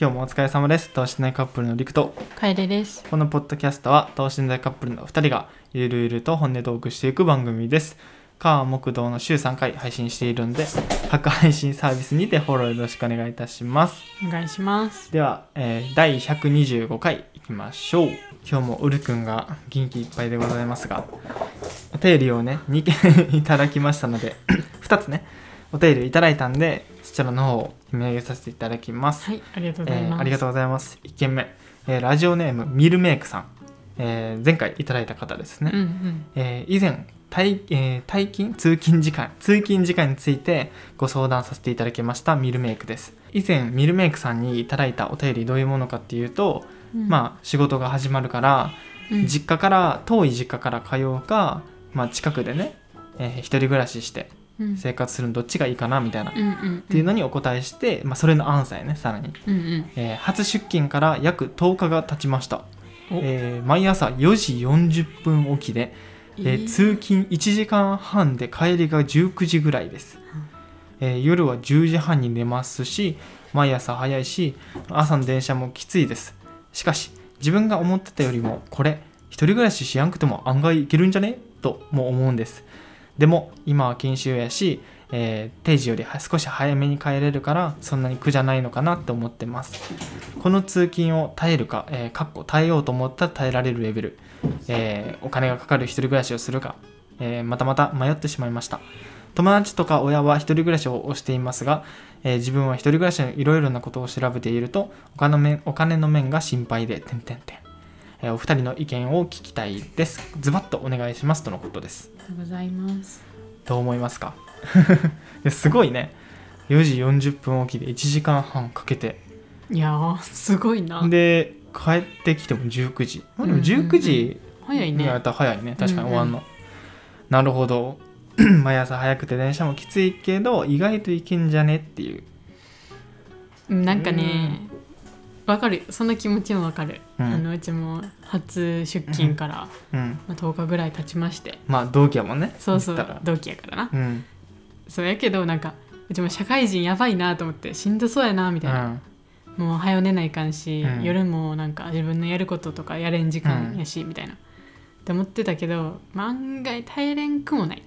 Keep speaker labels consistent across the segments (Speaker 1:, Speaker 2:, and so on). Speaker 1: 今日もお疲れ様です等身大カップルのりくと
Speaker 2: 楓です。
Speaker 1: このポッドキャストは等身大カップルの2人がゆるゆると本音トークしていく番組です火木道の週3回配信しているので各配信サービスにてフォローよろしくお願いいたします
Speaker 2: お願いします。
Speaker 1: では、えー第125回いきましょう今日もウルくんが元気いっぱいでございますがお便りをね2件いただきましたので2つねお便りをいただいたんでそちらの方を読み上げさせていただきます
Speaker 2: はい、ありがとうござい
Speaker 1: え
Speaker 2: ま
Speaker 1: ー
Speaker 2: す。
Speaker 1: ありがとうございます1件目、えーラジオネームミルメイクさん、えー前回いただいた方ですね、
Speaker 2: うんうん。
Speaker 1: えー以前退,、えー退勤通勤時間通勤時間についてご相談させていただきましたミルメイクです以前ミルメイクさんにいただいたお便りどういうものかっていうと、まあ仕事が始まるから、
Speaker 2: あ、うん
Speaker 1: 実家から遠い実家から通うか、まあ、近くでね、えー一人暮らしして
Speaker 2: うん
Speaker 1: 生活するのどっちがいいかなみたいな、っ
Speaker 2: うんうん、って
Speaker 1: いうのにお答えして、まあ、それのアンサーやねさらに
Speaker 2: うんうん。
Speaker 1: えー初出勤から約10日が経ちました、
Speaker 2: お
Speaker 1: えー毎朝4時40分起きで、えー
Speaker 2: いい
Speaker 1: 通勤1時間半で帰りが19時ぐらいです、えー夜は10時半に寝ますし毎朝早いし朝の電車もきついですしかし自分が思ってたよりもこれ一人暮らししやんくても案外いけるんじゃねとも思うんですでも今は研修やし、えー定時より少し早めに帰れるからそんなに苦じゃないのかなって思ってますこの通勤を耐えるか、えーかっこ耐えようと思ったら耐えられるレベル、えーお金がかかる一人暮らしをするか、えーまたまた迷ってしまいました友達とか親は一人暮らしをしていますが、えー自分は一人暮らしのいろいろなことを調べているとお金の面お金の面が心配で点々点えーお二人の意見を聞きたいですズバッとお願いしますとのことです
Speaker 2: ありがとうございます。
Speaker 1: どう思いますか いやすごいね4時40分起きで1時間半かけて
Speaker 2: いやー、すごいな。
Speaker 1: で帰ってきても19時まあでも
Speaker 2: うんうんうん
Speaker 1: 19時
Speaker 2: 早い
Speaker 1: にや
Speaker 2: ね
Speaker 1: っ。たら早いね確かに
Speaker 2: うん
Speaker 1: 終
Speaker 2: うん
Speaker 1: わんの、なるほど 毎朝早くて電車もきついけど意外といけんじゃねっていう
Speaker 2: なんかね、わかる。その気持ちもわかる。
Speaker 1: うん
Speaker 2: あのうちも初出勤から、
Speaker 1: うん
Speaker 2: まあ、10日ぐらい経ちまして。
Speaker 1: まあ同期やもんね
Speaker 2: そうそ
Speaker 1: 言った
Speaker 2: う
Speaker 1: ら、
Speaker 2: 同期やからな。
Speaker 1: うん
Speaker 2: そうやけど、なんか、うちも社会人やばいなと思って、しんどそうやなみたいな。もう早寝ないかんし、
Speaker 1: うん
Speaker 2: 夜もなんか自分のやることとかやれん時間やし、みたいなって思ってたけどまあ案外耐えれんくもない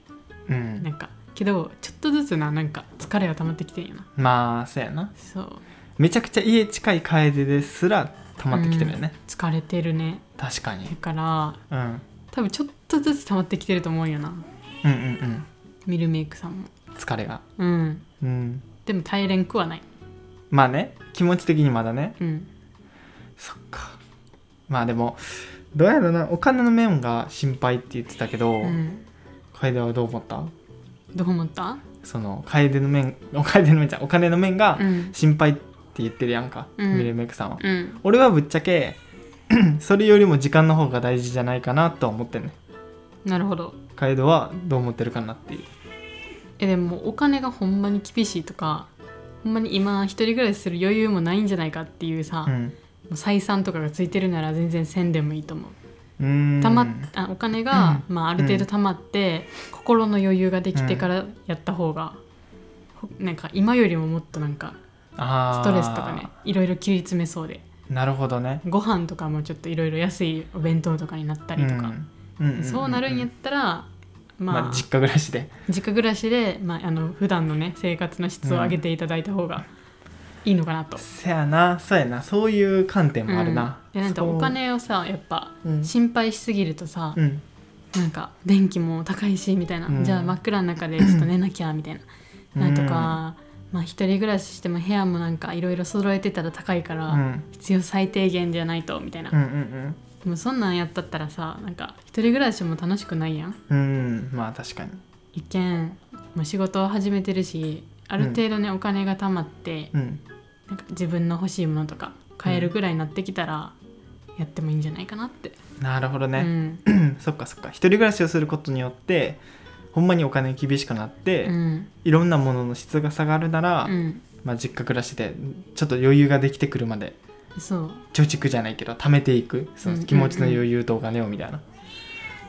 Speaker 1: うん、う、
Speaker 2: なんんかけどちょっとずつななんか疲れが溜まってきてんよな
Speaker 1: まあそうやな
Speaker 2: そう
Speaker 1: めちゃくちゃ家近い楓ですら溜まってきてるよね、
Speaker 2: 疲れてるね
Speaker 1: 確か
Speaker 2: だ
Speaker 1: に、
Speaker 2: から
Speaker 1: うん、うん
Speaker 2: 多分ちょっとずつ溜まってきてると思うよな
Speaker 1: うんうん
Speaker 2: ミルメイクさんも
Speaker 1: 疲れが
Speaker 2: うん
Speaker 1: うん
Speaker 2: でも耐えれんくはない
Speaker 1: まあね気持ち的にまだね
Speaker 2: うん
Speaker 1: そっかまあでもどうやろなお金の面が心配って言ってたけど、
Speaker 2: うん
Speaker 1: 楓はどう思った
Speaker 2: どう思った
Speaker 1: その楓の面お楓の面じゃんお金の面が
Speaker 2: うん
Speaker 1: 心配って言ってるやんか、
Speaker 2: うん
Speaker 1: ミレメイクさんは
Speaker 2: うん
Speaker 1: 俺はぶっちゃけ それよりも時間の方が大事じゃないかなとは思ってんね
Speaker 2: なるほど
Speaker 1: 楓はどう思ってるかなっていう
Speaker 2: えでもお金がほんまに厳しいとかほんまに今一人暮らしする余裕もないんじゃないかっていうさ、
Speaker 1: う
Speaker 2: も
Speaker 1: ん
Speaker 2: う採算とかがついてるなら全然せんでもいいと思う
Speaker 1: うーん
Speaker 2: たまあお金が、まあ、ある程度たまって、心の余裕ができてからやった方が、ほなんか今よりももっとなんか
Speaker 1: あ
Speaker 2: ス
Speaker 1: ー
Speaker 2: トレスとかねいろいろ切り詰めそうで
Speaker 1: なるほどね
Speaker 2: ご飯とかもちょっといろいろ安いお弁当とかになったりとか、
Speaker 1: うんうんうんうん
Speaker 2: そうなるんやったら、まあ
Speaker 1: まあ実家暮らしで
Speaker 2: 実家暮らしで、まあ、あの普段のね生活の質を上げていただいた方がいいのかなと。
Speaker 1: せやなそうやなそういう観点もあるな、
Speaker 2: うんでなんか
Speaker 1: そう
Speaker 2: お金をさやっぱ
Speaker 1: うん
Speaker 2: 心配しすぎるとさ、
Speaker 1: うん
Speaker 2: なんか電気も高いしみたいな、
Speaker 1: うん
Speaker 2: じゃあ真っ暗の中でちょっと寝なきゃみたいな、なんとか、まあ、一人暮らししても部屋もなんかいろいろ揃えてたら高いから、
Speaker 1: うん
Speaker 2: 必要最低限じゃないとみたいな、
Speaker 1: うんうん
Speaker 2: でもそんなんやったったらさなんか一人暮らしも楽しくないやん
Speaker 1: うんうんまあ確かに
Speaker 2: 一見もう仕事を始めてるしある程度ね、お金が貯まって
Speaker 1: うん
Speaker 2: なんか自分の欲しいものとか買えるぐらいになってきたら、やってもいいんじゃないかなって、
Speaker 1: なるほど
Speaker 2: う
Speaker 1: ね、
Speaker 2: ん
Speaker 1: そっかそっか一人暮らしをすることによってほんまにお金厳しくなって、
Speaker 2: うん
Speaker 1: いろんなものの質が下がるなら、
Speaker 2: うん、
Speaker 1: まあ、実家暮らしでちょっと余裕ができてくるまで
Speaker 2: そう
Speaker 1: 貯蓄じゃないけど貯めていくその気持ちの余裕とお金をみたいな、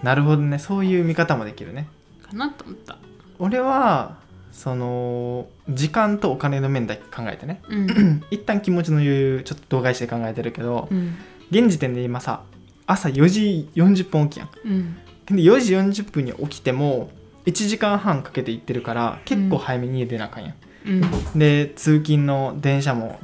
Speaker 1: なるほどねそういう見方もできるね
Speaker 2: かなと思った
Speaker 1: 俺はその時間とお金の面だけ考えてね
Speaker 2: うん
Speaker 1: 一旦気持ちの余裕ちょっと度外視で考えてるけど
Speaker 2: うん
Speaker 1: 現時点で今さ朝4時40分起きやん
Speaker 2: うん
Speaker 1: で4時40分に起きても1時間半かけて行ってるから結構早めに家出なあかんやん、
Speaker 2: うん
Speaker 1: で通勤の電車も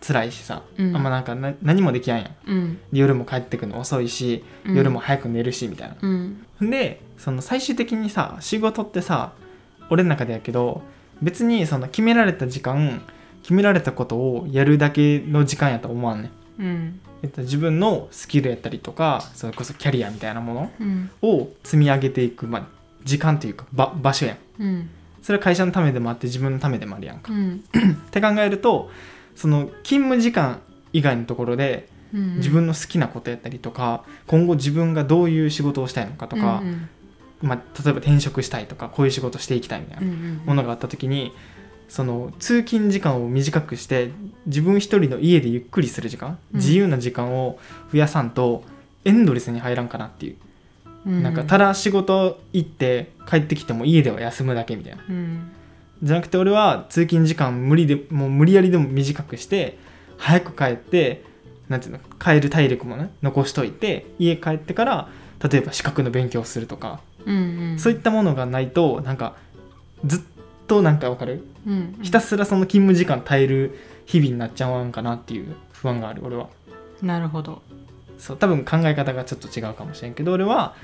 Speaker 1: 辛いしさ、
Speaker 2: うん
Speaker 1: あんまなんかな何もできやんやん
Speaker 2: うん
Speaker 1: で夜も帰ってくるの遅いし
Speaker 2: うん
Speaker 1: 夜も早く寝るしみたいな、
Speaker 2: うん
Speaker 1: でその最終的にさ仕事ってさ俺の中でやけど別にその決められた時間決められたことをやるだけの時間やと思わんねん、
Speaker 2: うん
Speaker 1: えっと、自分のスキルやったりとかそれこそキャリアみたいなも
Speaker 2: うん
Speaker 1: のを積み上げていく、まあ、時間というかば場所やん
Speaker 2: うん
Speaker 1: それは会社のためでもあって自分のためでもあるやんか、
Speaker 2: うん
Speaker 1: って考えるとその勤務時間以外のところで
Speaker 2: うん
Speaker 1: 自分の好きなことやったりとか、今後自分がどういう仕事をしたいのかとか、
Speaker 2: うん
Speaker 1: まあ、例えば転職したいとかこういう仕事していきたいみたい
Speaker 2: うん
Speaker 1: な
Speaker 2: うん
Speaker 1: ものがあった時にその通勤時間を短くして自分一人の家でゆっくりする時間、
Speaker 2: うん
Speaker 1: 自由な時間を増やさんとエンドレスに入らんかなっていう、
Speaker 2: うん
Speaker 1: なんかただ仕事行って帰ってきても家では休むだけみたいな
Speaker 2: うん
Speaker 1: じゃなくて俺は通勤時間無理でもう無理やりでも短くして早く帰ってなんていうの帰る体力もね残しといて家帰ってから例えば資格の勉強をするとか
Speaker 2: うんうん
Speaker 1: そういったものがないとなんかずっとなんかわかる
Speaker 2: うんうん
Speaker 1: ひたすらその勤務時間耐える日々になっちゃうんかなっていう不安がある俺は
Speaker 2: なるほど
Speaker 1: そう多分考え方がちょっと違うかもしれんけど俺は、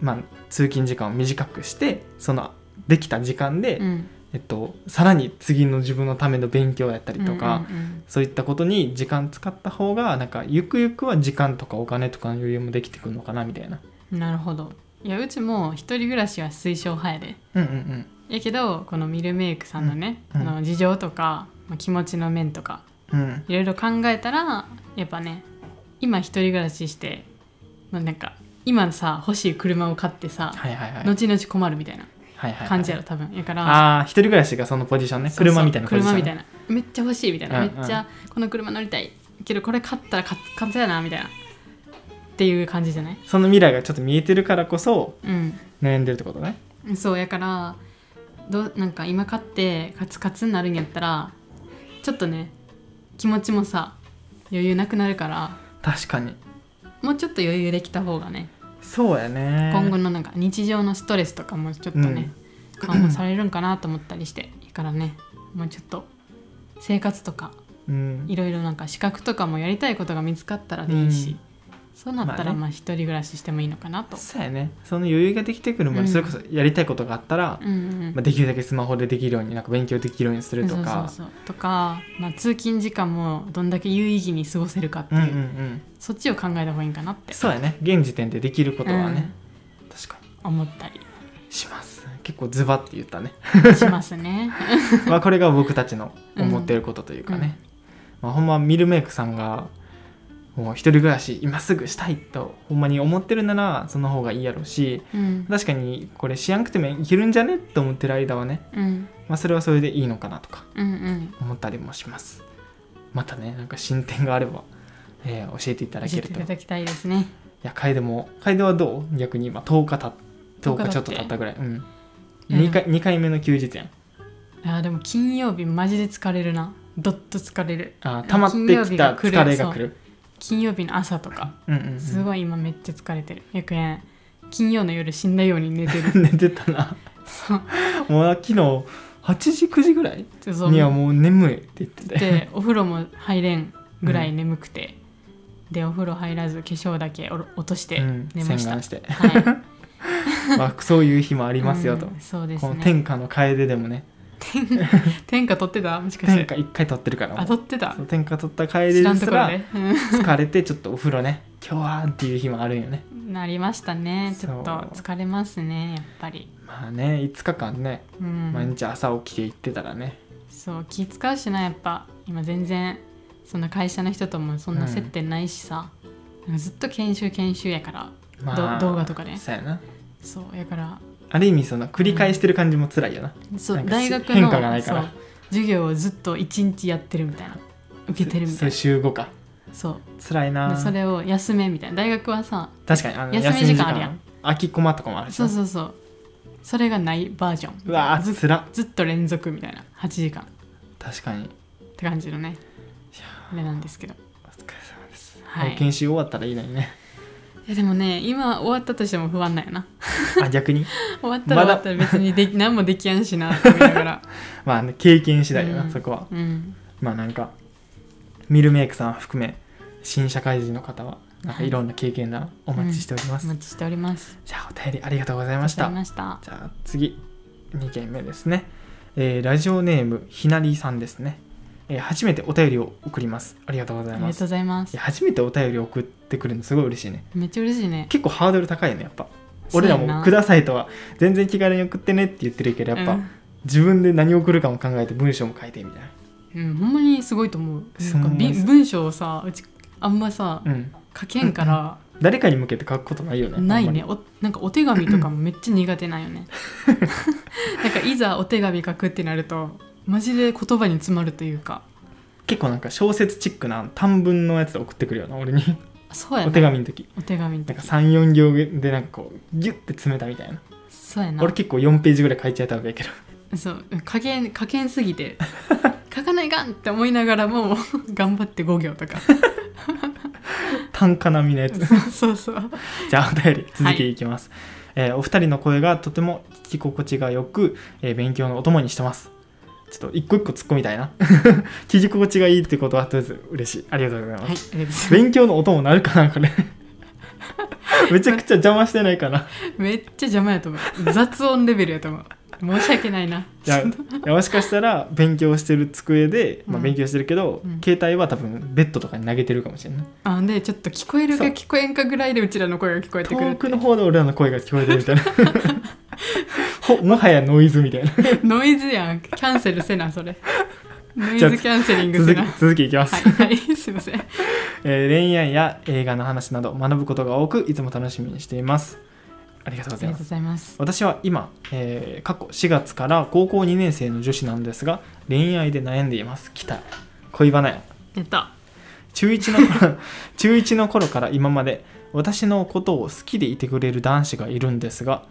Speaker 1: まあ、通勤時間を短くしてそのできた時間で、
Speaker 2: うん
Speaker 1: えっと、さらに次の自分のための勉強やったりとか、
Speaker 2: うんうん
Speaker 1: そういったことに時間使った方がなんかゆくゆくは時間とかお金とかの余裕もできてくるのかなみたいな
Speaker 2: うんなるほどいやうちも一人暮らしは推奨派やで
Speaker 1: うんうん
Speaker 2: やけどこのミルメイクさんのね、
Speaker 1: うんうん
Speaker 2: あの事情とか、まあ、気持ちの面とか
Speaker 1: うんうん
Speaker 2: いろいろ考えたらやっぱね今一人暮らしして、まあ、なんか今さ欲しい車を買ってさ、
Speaker 1: はいはいはい
Speaker 2: 後々困るみたいな
Speaker 1: はいはいはい
Speaker 2: 感じやろ多分やから
Speaker 1: ああー一人暮らしがそのポジションね
Speaker 2: そうそう
Speaker 1: 車みたいなポジション
Speaker 2: 車みたいなめっちゃ欲しいみたいな、
Speaker 1: うんうん
Speaker 2: めっちゃこの車乗りたいけどこれ買ったら買買ったやなみたいなっていう感じじゃない
Speaker 1: その未来がちょっと見えてるからこそ
Speaker 2: うん
Speaker 1: 悩んでるってことね
Speaker 2: そうやからどうなんか今買ってカツカツになるんやったらちょっとね気持ちもさ余裕なくなるから
Speaker 1: 確かに
Speaker 2: もうちょっと余裕できた方がね
Speaker 1: そうやね
Speaker 2: 今後のなんか日常のストレスとかもちょっとね、緩和されるんかなと思ったりしてだからねもうちょっと生活とか
Speaker 1: うん
Speaker 2: いろいろなんか資格とかもやりたいことが見つかったらでいいし、
Speaker 1: うん
Speaker 2: そうなった
Speaker 1: まあ
Speaker 2: ら
Speaker 1: ね
Speaker 2: まあ一人暮らししてもいいのかなと、
Speaker 1: そうやねその余裕ができてくるまで、
Speaker 2: うん
Speaker 1: それこそやりたいことがあったら、
Speaker 2: うんうん
Speaker 1: まあ、できるだけスマホでできるようになんか勉強できるようにするとか
Speaker 2: そうそうそうとか、まあ、通勤時間もどんだけ有意義に過ごせるかっていう、
Speaker 1: うんうんうん
Speaker 2: そっちを考えた方がいいんかなって
Speaker 1: そうやね現時点でできることはね、確かに
Speaker 2: うん思ったり
Speaker 1: します結構ズバって言ったね
Speaker 2: しますね。
Speaker 1: まあこれが僕たちの思ってることというかね、まあ、ほんまミルメイクさんがもう一人暮らし今すぐしたいとほんまに思ってるならその方がいいやろうし
Speaker 2: うん
Speaker 1: 確かにこれしやんくてもいけるんじゃねと思ってる間はね、
Speaker 2: うん
Speaker 1: まあ、それはそれでいいのかなとか
Speaker 2: うんうん
Speaker 1: 思ったりもしますまたねなんか進展があれば、えー教えていただけ
Speaker 2: 教え
Speaker 1: る
Speaker 2: てい
Speaker 1: と
Speaker 2: た
Speaker 1: い
Speaker 2: だきたいですね。
Speaker 1: や楓も楓はどう逆に今10日た10
Speaker 2: 10日
Speaker 1: 日
Speaker 2: 経
Speaker 1: ちょっ
Speaker 2: って
Speaker 1: と経ったぐらい、うん
Speaker 2: いや
Speaker 1: 2回 ,2 回目の休日やん
Speaker 2: あーでも金曜日マジで疲れるなどっと疲れる
Speaker 1: あー溜まってきた
Speaker 2: 金曜日が来る
Speaker 1: 疲れが来る
Speaker 2: 金曜日の朝とか
Speaker 1: うんうんうん、
Speaker 2: すごい今めっちゃ疲れてるよくね金曜の夜死んだように寝 てる
Speaker 1: 寝てたな
Speaker 2: そう
Speaker 1: もう昨日8時9時ぐらい
Speaker 2: ちょっとそう
Speaker 1: にはもう眠いって言ってて
Speaker 2: でお風呂も入れんぐらい眠くて、でお風呂入らず化粧だけおろ落として
Speaker 1: うん
Speaker 2: 寝
Speaker 1: 洗
Speaker 2: ました、
Speaker 1: 顔して、
Speaker 2: はい
Speaker 1: まあ、そういう日もありますよと、
Speaker 2: うんそうです
Speaker 1: この
Speaker 2: ね
Speaker 1: 天下の楓でもね
Speaker 2: 天下取ってたもしかし
Speaker 1: 天
Speaker 2: て
Speaker 1: 下一回取ってるから
Speaker 2: あ取ってた
Speaker 1: そう天下取った楓
Speaker 2: 知ら
Speaker 1: で
Speaker 2: んと
Speaker 1: す
Speaker 2: ころ
Speaker 1: ら
Speaker 2: で、う
Speaker 1: 疲れてちょっとお風呂ね今日はっていう日もあるんよね
Speaker 2: んなりましたねちょっと
Speaker 1: そう
Speaker 2: 疲れますねやっぱり、
Speaker 1: まあね5日間ね
Speaker 2: うん、
Speaker 1: 毎日朝起きて行ってたらね、
Speaker 2: そう気使うしなやっぱ今全然その会社の人ともそんな接点ないしさ、なんかずっと研修研修やから
Speaker 1: まあ
Speaker 2: ど動画とかね
Speaker 1: そうやな
Speaker 2: そうやから
Speaker 1: ある意味その繰り返してる感じも辛いよな、
Speaker 2: そ
Speaker 1: な
Speaker 2: うん
Speaker 1: か
Speaker 2: 大学
Speaker 1: 変
Speaker 2: の
Speaker 1: 化がないから
Speaker 2: そう授業をずっと一日やってるみたいな受けてるみ
Speaker 1: そ
Speaker 2: た
Speaker 1: れ
Speaker 2: いな
Speaker 1: 週5か
Speaker 2: そう
Speaker 1: 辛いな
Speaker 2: でそれを休めみたいな大学はさ
Speaker 1: 確かにあの
Speaker 2: 休み時間あるやん
Speaker 1: 休み時間空きコマとかもあるし
Speaker 2: そうそうそうそれがないバージョン
Speaker 1: うわーつらっ
Speaker 2: ずっと連続みたいな8時間っ
Speaker 1: 確かに
Speaker 2: て感じのねあれなんですけど
Speaker 1: お疲れ様です、
Speaker 2: はい
Speaker 1: もう研修終わったらいいのにね
Speaker 2: いやでもね今終わったとしても不安なんやな
Speaker 1: あ逆に
Speaker 2: 終わったら
Speaker 1: ま
Speaker 2: 終
Speaker 1: だ
Speaker 2: わったら別に でき何もできやんしなって思いながら
Speaker 1: まあね経験次第よな、
Speaker 2: うん
Speaker 1: そこは
Speaker 2: うん
Speaker 1: まあなんかミルメイクさん含め新社会人の方はなんかいろんな経験談お待ちしております、
Speaker 2: お待ちしております
Speaker 1: じゃあお便りありがとうございまし
Speaker 2: あ
Speaker 1: た
Speaker 2: りました
Speaker 1: じゃあ次2件目ですね、えーラジオネームひなりさんですね、えー初めてお便りを送りますありがとうござ
Speaker 2: あ
Speaker 1: い
Speaker 2: り
Speaker 1: ま
Speaker 2: がとう
Speaker 1: す
Speaker 2: ございま
Speaker 1: い
Speaker 2: す
Speaker 1: や初めてお便り送ってくるのすごい嬉しいね
Speaker 2: めっちゃ嬉しいね
Speaker 1: 結構ハードル高いねやっぱ俺ら
Speaker 2: そうや
Speaker 1: も「
Speaker 2: な
Speaker 1: ください」とは全然気軽に送ってねって言ってるけどやっぱ、
Speaker 2: うん
Speaker 1: 自分で何送るかも考えて文章も書いてみたい
Speaker 2: うん、ほんまにすごいと思う
Speaker 1: そ
Speaker 2: な
Speaker 1: うん
Speaker 2: かび
Speaker 1: ほんまにそう
Speaker 2: 文章をさうちあんまさ
Speaker 1: な、うん、
Speaker 2: 書けんから
Speaker 1: 誰かに向けて書くことないよね
Speaker 2: ないね
Speaker 1: あんま
Speaker 2: おなんかお手紙とかもめっちゃ苦手なん よねなんかいざお手紙書くってなるとマジで言葉に詰まるというか
Speaker 1: り結構なんか小説チックな短文のやつで送ってくるよな俺に
Speaker 2: そうやな
Speaker 1: お手紙の時
Speaker 2: お手紙
Speaker 1: なん
Speaker 2: の時
Speaker 1: か34行でなんかこうギュッて詰めたみたいな
Speaker 2: そうやな
Speaker 1: 俺結構4ページぐらい書いちゃったんだけど
Speaker 2: そう書けん書けんすぎて 書かないかんって思いながらも 頑張って5行 とか
Speaker 1: 単価並みの やつ
Speaker 2: そうそうそう
Speaker 1: じゃあお便り続きいきます、えーお二人の声がとても聞き心地がよく、えー勉強のお供にしてますちょっと一個一個突っ込みたいな 聞き心地がいいってことはとりあえず嬉しいありがとうございます、
Speaker 2: はいありがとうございます
Speaker 1: 勉強のお供なるかなこ れめちゃくちゃ邪魔してないかな
Speaker 2: めっちゃ邪魔やと思う雑音レベルやと思う申し訳ないない
Speaker 1: やいやもしかしたら勉強してる机で、ま
Speaker 2: う
Speaker 1: あ、
Speaker 2: ん
Speaker 1: 勉強してるけど、
Speaker 2: うん
Speaker 1: 携帯は多分ベッドとかに投げてるかもしれない
Speaker 2: あでちょっと聞こえるか
Speaker 1: そう
Speaker 2: 聞こえんかぐらいでうちらの声が聞こえてくる
Speaker 1: 遠くの方で俺らの声が聞こえてるみたいな ほもはやノイズみたいな
Speaker 2: ノイズやんキャンセルせなそれノイ
Speaker 1: じゃあ
Speaker 2: ズキャンセリング
Speaker 1: 続
Speaker 2: せ
Speaker 1: き
Speaker 2: なは
Speaker 1: 続きいきます、
Speaker 2: いはい すいません
Speaker 1: えー恋愛や映画の話など学ぶことが多くいつも楽しみにしていますありがとうご
Speaker 2: あ
Speaker 1: ざいま
Speaker 2: りがとうご
Speaker 1: す
Speaker 2: ざいます
Speaker 1: 私は今、えー過去4月から高校2年生の女子なんですが恋愛で悩んでいます来た恋バナや
Speaker 2: やった
Speaker 1: 中1の 頃中1の頃から今まで私のことを好きでいてくれる男子がいるんですが、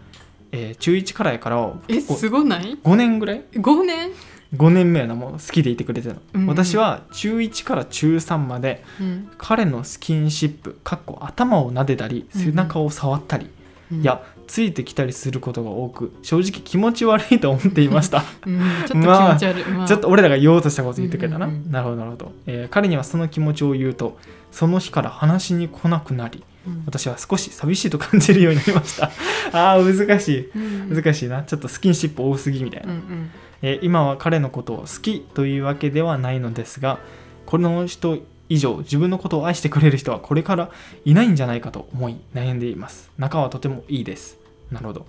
Speaker 1: えー中1からやからは
Speaker 2: え
Speaker 1: 結構
Speaker 2: すごない
Speaker 1: 5年ぐらい
Speaker 2: 5年
Speaker 1: 5年目やなもう好きでいてくれてるの、
Speaker 2: うんうん
Speaker 1: 私は中1から中3まで
Speaker 2: うん、
Speaker 1: 彼のスキンシップかっこ頭を撫でたり
Speaker 2: うんうん
Speaker 1: 背中を触ったり、
Speaker 2: うん
Speaker 1: い、やついてきたりすることが多く正直気持ち悪いと思っていました
Speaker 2: うん、ちょっと気持ち悪 い、まあ
Speaker 1: ちょっと俺らが言おうとしたこと言ってくれたな、
Speaker 2: うんうんうん
Speaker 1: なるほどなるほど、えー彼にはその気持ちを言うとその日から話しに来なくなり
Speaker 2: うん
Speaker 1: 私は少し寂しいと感じるようになりました あー難しい
Speaker 2: うん
Speaker 1: 難しいなちょっとスキンシップ多すぎみたいな、
Speaker 2: うんうん
Speaker 1: えー今は彼のことを好きというわけではないのですがこの人以上自分のことを愛してくれる人はこれからいないんじゃないかと思い悩んでいます仲はとてもいいですなるほど、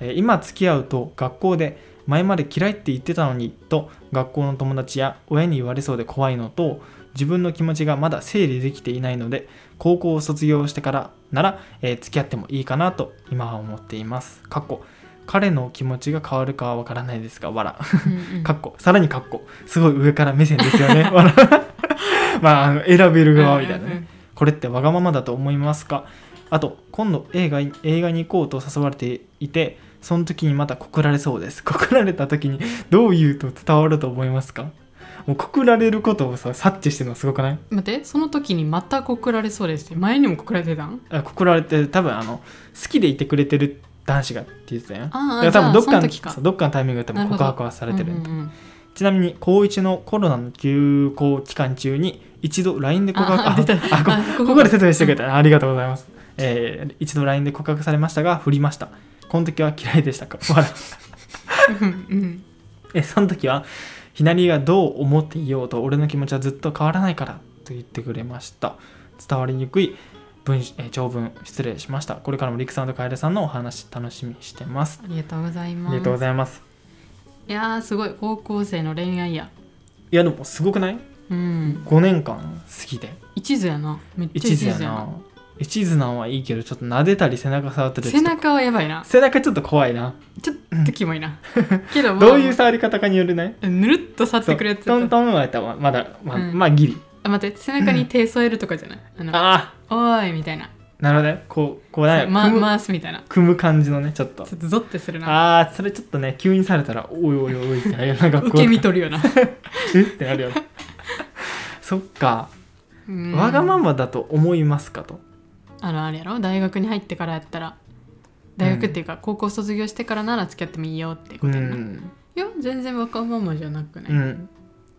Speaker 1: えー今付き合うと学校で前まで嫌いって言ってたのにと学校の友達や親に言われそうで怖いのと自分の気持ちがまだ整理できていないので高校を卒業してからなら、えー付き合ってもいいかなと今は思っていますかっこ彼の気持ちが変わるかはわからないですが笑
Speaker 2: うんうん
Speaker 1: かっこさらにかっこすごい上から目線ですよ ね笑まああの選べる側みたいな
Speaker 2: うんうん
Speaker 1: ね
Speaker 2: うん
Speaker 1: これってわがままだと思いますかあと今度映画に映画に行こうと誘われていてその時にまた告られそうです告られた時にどう言うと伝わると思いますかもう告られることをさ察知してるのすごくない
Speaker 2: 待ってその時にまた告られそうですって前にも告られてたん
Speaker 1: あ告られて多分あの好きでいてくれてる男子がって言ってたよ
Speaker 2: あ
Speaker 1: だから多分どっか
Speaker 2: の
Speaker 1: の
Speaker 2: 時か
Speaker 1: そうどっかのタイミングで多
Speaker 2: な
Speaker 1: 分
Speaker 2: るほど
Speaker 1: 告白はされてるんだ
Speaker 2: うんうん
Speaker 1: ちなみに高1のコロナの休校期間中に一度 LINE で告白
Speaker 2: ああ出た
Speaker 1: あこ
Speaker 2: あここ
Speaker 1: ここで説明してくれた、ありがとうございます、えー一度 LINE で告白されましたが振りましたこの時は嫌いでしたか笑
Speaker 2: うんうん
Speaker 1: えその時はひなりがどう思っていようと俺の気持ちはずっと変わらないからと言ってくれました伝わりにくい文えー長文失礼しましたこれからもりくさんとカエルさんのお話楽しみにしてます
Speaker 2: ありがとうござい
Speaker 1: あ
Speaker 2: ます
Speaker 1: りがとうございます
Speaker 2: いやーすごい高校生の恋愛や
Speaker 1: いやでもすごくない
Speaker 2: うん
Speaker 1: 5年間過ぎて
Speaker 2: 一途やなめっちゃ
Speaker 1: 一
Speaker 2: 一途
Speaker 1: 途や
Speaker 2: やな
Speaker 1: な一途なんはいいけどちょっと撫でたり背中触ったり
Speaker 2: 背中はやばいな
Speaker 1: 背中ちょっと怖いな
Speaker 2: ちょっとキモいなけどまあ
Speaker 1: どういう触り方かによるね
Speaker 2: ぬるっと去っ
Speaker 1: そ
Speaker 2: て
Speaker 1: う
Speaker 2: くるやつ
Speaker 1: トン
Speaker 2: あ
Speaker 1: トンはやったらまだま,、
Speaker 2: うん
Speaker 1: まあギリ
Speaker 2: 待って背中に手添えるとかじゃないあの
Speaker 1: あ
Speaker 2: おーいみたいな
Speaker 1: なるほどねこうこうなんや
Speaker 2: ま、
Speaker 1: 組む,、
Speaker 2: 回すみたいな
Speaker 1: 組む感じのねちょっと
Speaker 2: ちょっとゾッてするな
Speaker 1: ああそれちょっとね急にされたらおいおいおいってなるよな学校
Speaker 2: 受け身取るよな、
Speaker 1: えってなるよ なそっか、
Speaker 2: うん
Speaker 1: わがままだと思いますかと
Speaker 2: あのあれやろ大学に入ってからやったら大学っていうか、高校卒業してからなら付き合ってもいいよってこ
Speaker 1: う
Speaker 2: とやな、い
Speaker 1: ん、
Speaker 2: や全然わがままじゃなくない、
Speaker 1: うん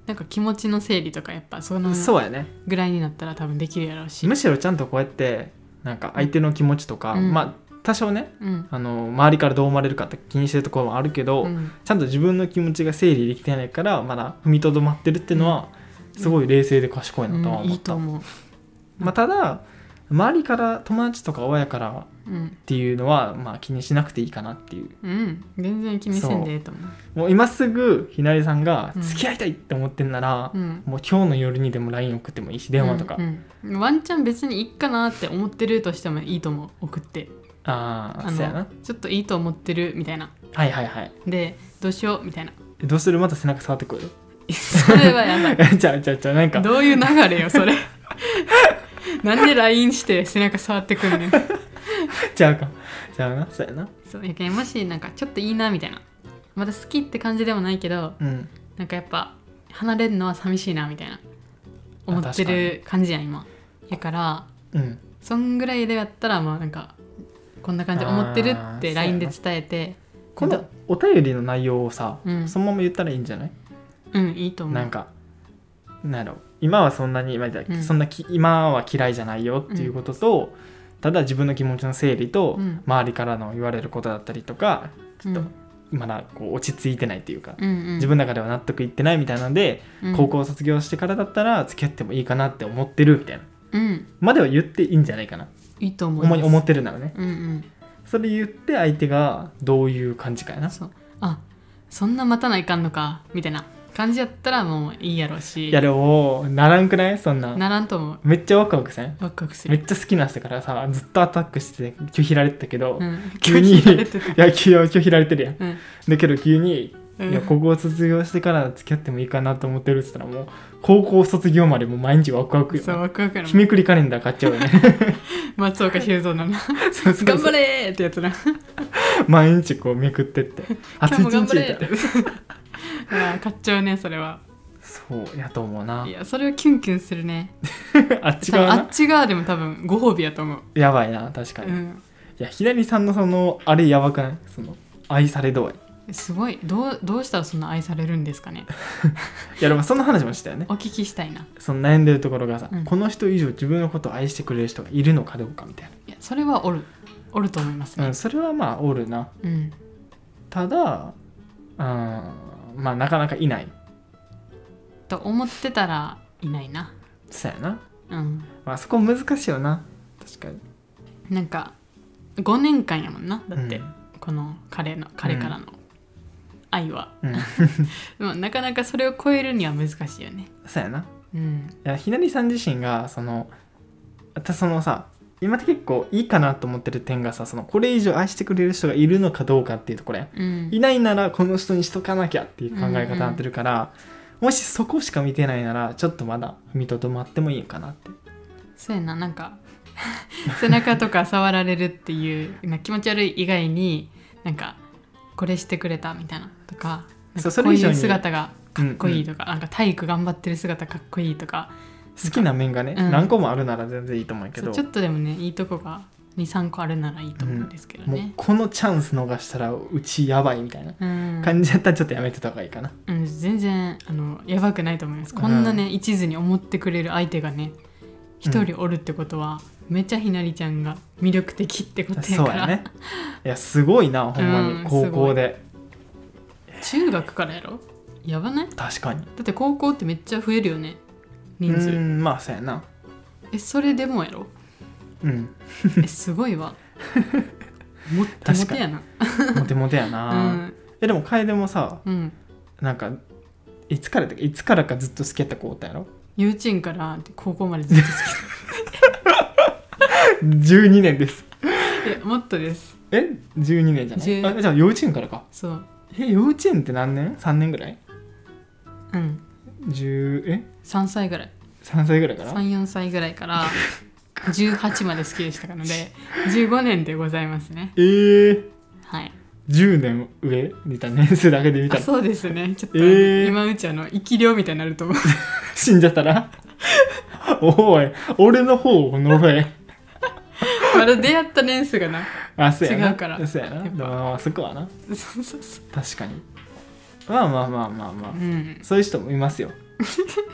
Speaker 2: なんか気持ちの整理とかやっぱその
Speaker 1: そうやね
Speaker 2: ぐらいになったら多分できるやろうし
Speaker 1: むしろちゃんとこうやってなんか相手の気持ちとか、
Speaker 2: うん
Speaker 1: まあ多少ね
Speaker 2: うん
Speaker 1: あの周りからどう思われるかって気にしてるところもあるけど、
Speaker 2: うん
Speaker 1: ちゃんと自分の気持ちが整理できてないからまだ踏みとどまってるっていうのは、すごい冷静で賢いなとは
Speaker 2: うんい
Speaker 1: 思っ
Speaker 2: いと
Speaker 1: た、
Speaker 2: 思う、
Speaker 1: まあ、ただ周りから友達とか親から
Speaker 2: うん
Speaker 1: っていうのは、まあ、気にしなくていいかなっていう
Speaker 2: うん、全然気にせんでええと思う
Speaker 1: もう今すぐひなりさんが
Speaker 2: うん
Speaker 1: 付き合いたいって思ってんなら、
Speaker 2: うん
Speaker 1: もう今日の夜にでも LINE 送ってもいいし電話とか、
Speaker 2: うんうんワンチャン別にいっかなって思ってるとしてもいいと思う送って
Speaker 1: ああ
Speaker 2: の
Speaker 1: そうやな
Speaker 2: ちょっといいと思ってるみたいな
Speaker 1: はいはいはい
Speaker 2: でどうしようみたいな
Speaker 1: どうするまた背中触ってくる
Speaker 2: それはやばい
Speaker 1: ちゃうちゃうちゃうなんか
Speaker 2: どういう流れよそれなんで LINE して背中触ってくんねん
Speaker 1: ちゃうかちゃうなそうやな
Speaker 2: そうやけんもしなんかちょっといいなみたいなまだ好きって感じでもないけど
Speaker 1: うん
Speaker 2: なんかやっぱ離れるのは寂しいなみたいな思っ
Speaker 1: 確
Speaker 2: てる感じやん今やから
Speaker 1: うん
Speaker 2: そんぐらいでやったらまあなんかこんな感じ思ってる
Speaker 1: あー
Speaker 2: っ
Speaker 1: そうや
Speaker 2: て
Speaker 1: な
Speaker 2: LINE で伝えて
Speaker 1: このお便りの内容をさ、
Speaker 2: うん
Speaker 1: そのまま言ったらいいんじゃない、
Speaker 2: うんいいと思う
Speaker 1: なんかなんだろう今はそんなに、まあじゃあ
Speaker 2: うん
Speaker 1: そんなき今は嫌いじゃないよっていうことと、ただ自分の気持ちの整理と、
Speaker 2: うん
Speaker 1: 周りからの言われることだったりとか
Speaker 2: う
Speaker 1: と
Speaker 2: ん
Speaker 1: まだこう落ち着いてないっていうか、
Speaker 2: うんうん
Speaker 1: 自分の中では納得いってないみたいなので、高校卒業してからだったら付き合ってもいいかなって思ってるみたいな
Speaker 2: うん、うん
Speaker 1: までは言っていいんじゃないかな
Speaker 2: いいと思い
Speaker 1: 主
Speaker 2: ます
Speaker 1: に思ってるならね
Speaker 2: うんうん
Speaker 1: それ言って相手がどういう感じかやな
Speaker 2: そうあそんな待たないかんのかみたいな感じやったらもういいやろうし
Speaker 1: いやでもならんくないそんなん
Speaker 2: ならんと思う
Speaker 1: めっちゃワクワクせん
Speaker 2: ワクワクす
Speaker 1: め
Speaker 2: る、
Speaker 1: っちゃ好きな人からさずっとアタックしてて拒否られてたけど、
Speaker 2: うん、
Speaker 1: 急に
Speaker 2: 拒否されてた
Speaker 1: いや急拒否られてるやん
Speaker 2: うん
Speaker 1: だけど急に「
Speaker 2: う ん
Speaker 1: いや高校卒業してから付き合ってもいいかなと思ってる」っつったらもう高校卒業までもう毎日ワクワクよ
Speaker 2: そうワクワクやろ
Speaker 1: 日めくりカレンダー買っちゃうよね
Speaker 2: 松岡修造なの
Speaker 1: そうそう
Speaker 2: 頑張れーってやつな
Speaker 1: 毎日こうめくって って「あ
Speaker 2: 今
Speaker 1: と
Speaker 2: 日も
Speaker 1: 一
Speaker 2: 頑
Speaker 1: 日
Speaker 2: 張れ
Speaker 1: み
Speaker 2: ーった
Speaker 1: い
Speaker 2: て
Speaker 1: な
Speaker 2: あー買っちゃうねそれは
Speaker 1: そうやと思うない
Speaker 2: やそれはキュンキュンするね
Speaker 1: あっち
Speaker 2: 多分
Speaker 1: 側
Speaker 2: あ
Speaker 1: な
Speaker 2: っち側でも多分ご褒美やと思う、
Speaker 1: やばいな確かに、
Speaker 2: う
Speaker 1: い
Speaker 2: ん
Speaker 1: や左さんのそのあれやばくないその愛され度合い
Speaker 2: すごいどうどうしたらそんな愛されるんですかね
Speaker 1: いやでもその話もしたよね
Speaker 2: お聞きしたいな
Speaker 1: その悩んでるところがさ、
Speaker 2: うん
Speaker 1: この人以上自分のことを愛してくれる人がいるのかどうかみたい
Speaker 2: いやそれはおるおると思います
Speaker 1: な、う
Speaker 2: ね
Speaker 1: ん、それはまあおるな
Speaker 2: うん、
Speaker 1: ただうんまあなかなかいない
Speaker 2: と思ってたらいないな
Speaker 1: そうやな
Speaker 2: うん
Speaker 1: まあそこ難しいよな確かに
Speaker 2: なんか5年間やもんなだって、
Speaker 1: うん
Speaker 2: この彼の彼からの愛は、
Speaker 1: うん
Speaker 2: まあなかなかそれを超えるには難しいよね
Speaker 1: そうやな
Speaker 2: うん
Speaker 1: いやひなりさん自身がそのまたそのさ今って結構いいかなと思ってる点がさそのこれ以上愛してくれる人がいるのかどうかっていうところや
Speaker 2: うん
Speaker 1: いないならこの人にしとかなきゃっていう考え方になってるから、もしそこしか見てないならちょっとまだ踏みとどまってもいいのかなって
Speaker 2: そうやななんか 背中とか触られるっていうなんか気持ち悪い以外になんかこれしてくれたみたいなとかな
Speaker 1: そ
Speaker 2: ん
Speaker 1: う
Speaker 2: か
Speaker 1: そ
Speaker 2: こ
Speaker 1: れ
Speaker 2: う
Speaker 1: 以上
Speaker 2: い
Speaker 1: に
Speaker 2: う姿がかっこいい
Speaker 1: うん
Speaker 2: とか、なんか体育頑張ってる姿かっこいいとか
Speaker 1: 好きな面がね、
Speaker 2: うん
Speaker 1: 何個もあるなら全然いいと思うけ
Speaker 2: そ
Speaker 1: ど
Speaker 2: うちょっとでもねいいとこが23個あるならいいと思うんですけど
Speaker 1: もう
Speaker 2: ね、
Speaker 1: このチャンス逃したらうちやばいみたいな
Speaker 2: うん
Speaker 1: 感じやったらちょっとやめてた方がいいか な、
Speaker 2: うん、全然あのやばくないと思いますこんなね、一途に思ってくれる相手がね一人おるってことは、めちゃひなりちゃんが魅力的ってことや
Speaker 1: そう
Speaker 2: から
Speaker 1: やねいやすごいなほんまに、
Speaker 2: うん
Speaker 1: 高校で
Speaker 2: 中学からやろやばない
Speaker 1: 確かに
Speaker 2: だって高校ってめっちゃ増えるよね人
Speaker 1: う
Speaker 2: 数
Speaker 1: んまあそうやな
Speaker 2: えそれでも やろ
Speaker 1: うん
Speaker 2: えすごいわもってもてやな
Speaker 1: モテモテや
Speaker 2: う
Speaker 1: な、
Speaker 2: ん
Speaker 1: えでも楓もさ
Speaker 2: うん
Speaker 1: なんかいつからだっけいつからかずっと好きやった子おったやろ
Speaker 2: 幼稚園から高校までずっと好
Speaker 1: 12年です
Speaker 2: きいやもっとです
Speaker 1: え12年じゃ
Speaker 2: 十
Speaker 1: ないあじゃあ幼稚園からか
Speaker 2: そう
Speaker 1: え幼稚園って何年 ?3 年ぐらい
Speaker 2: うん
Speaker 1: 10え
Speaker 2: 3歳ぐらい
Speaker 1: 3歳ぐらいかな
Speaker 2: 34歳ぐらいから18まで好きでしたので15年 でございますね
Speaker 1: えー、
Speaker 2: はい
Speaker 1: 10年上みたいな年数だけで見た
Speaker 2: あ
Speaker 1: ら
Speaker 2: そうですねちょっと、
Speaker 1: えー
Speaker 2: 今うちあの生き量みたいになる と思う
Speaker 1: 死んじゃった らおい俺の方を呪え
Speaker 2: まだ出会った年数がな
Speaker 1: あそうやな
Speaker 2: 違うから
Speaker 1: そうやな
Speaker 2: やっぱ
Speaker 1: でもまあそこはな
Speaker 2: そうそうそう
Speaker 1: 確かにまあまあまあまあまあ、
Speaker 2: うん
Speaker 1: そういう人もいます よ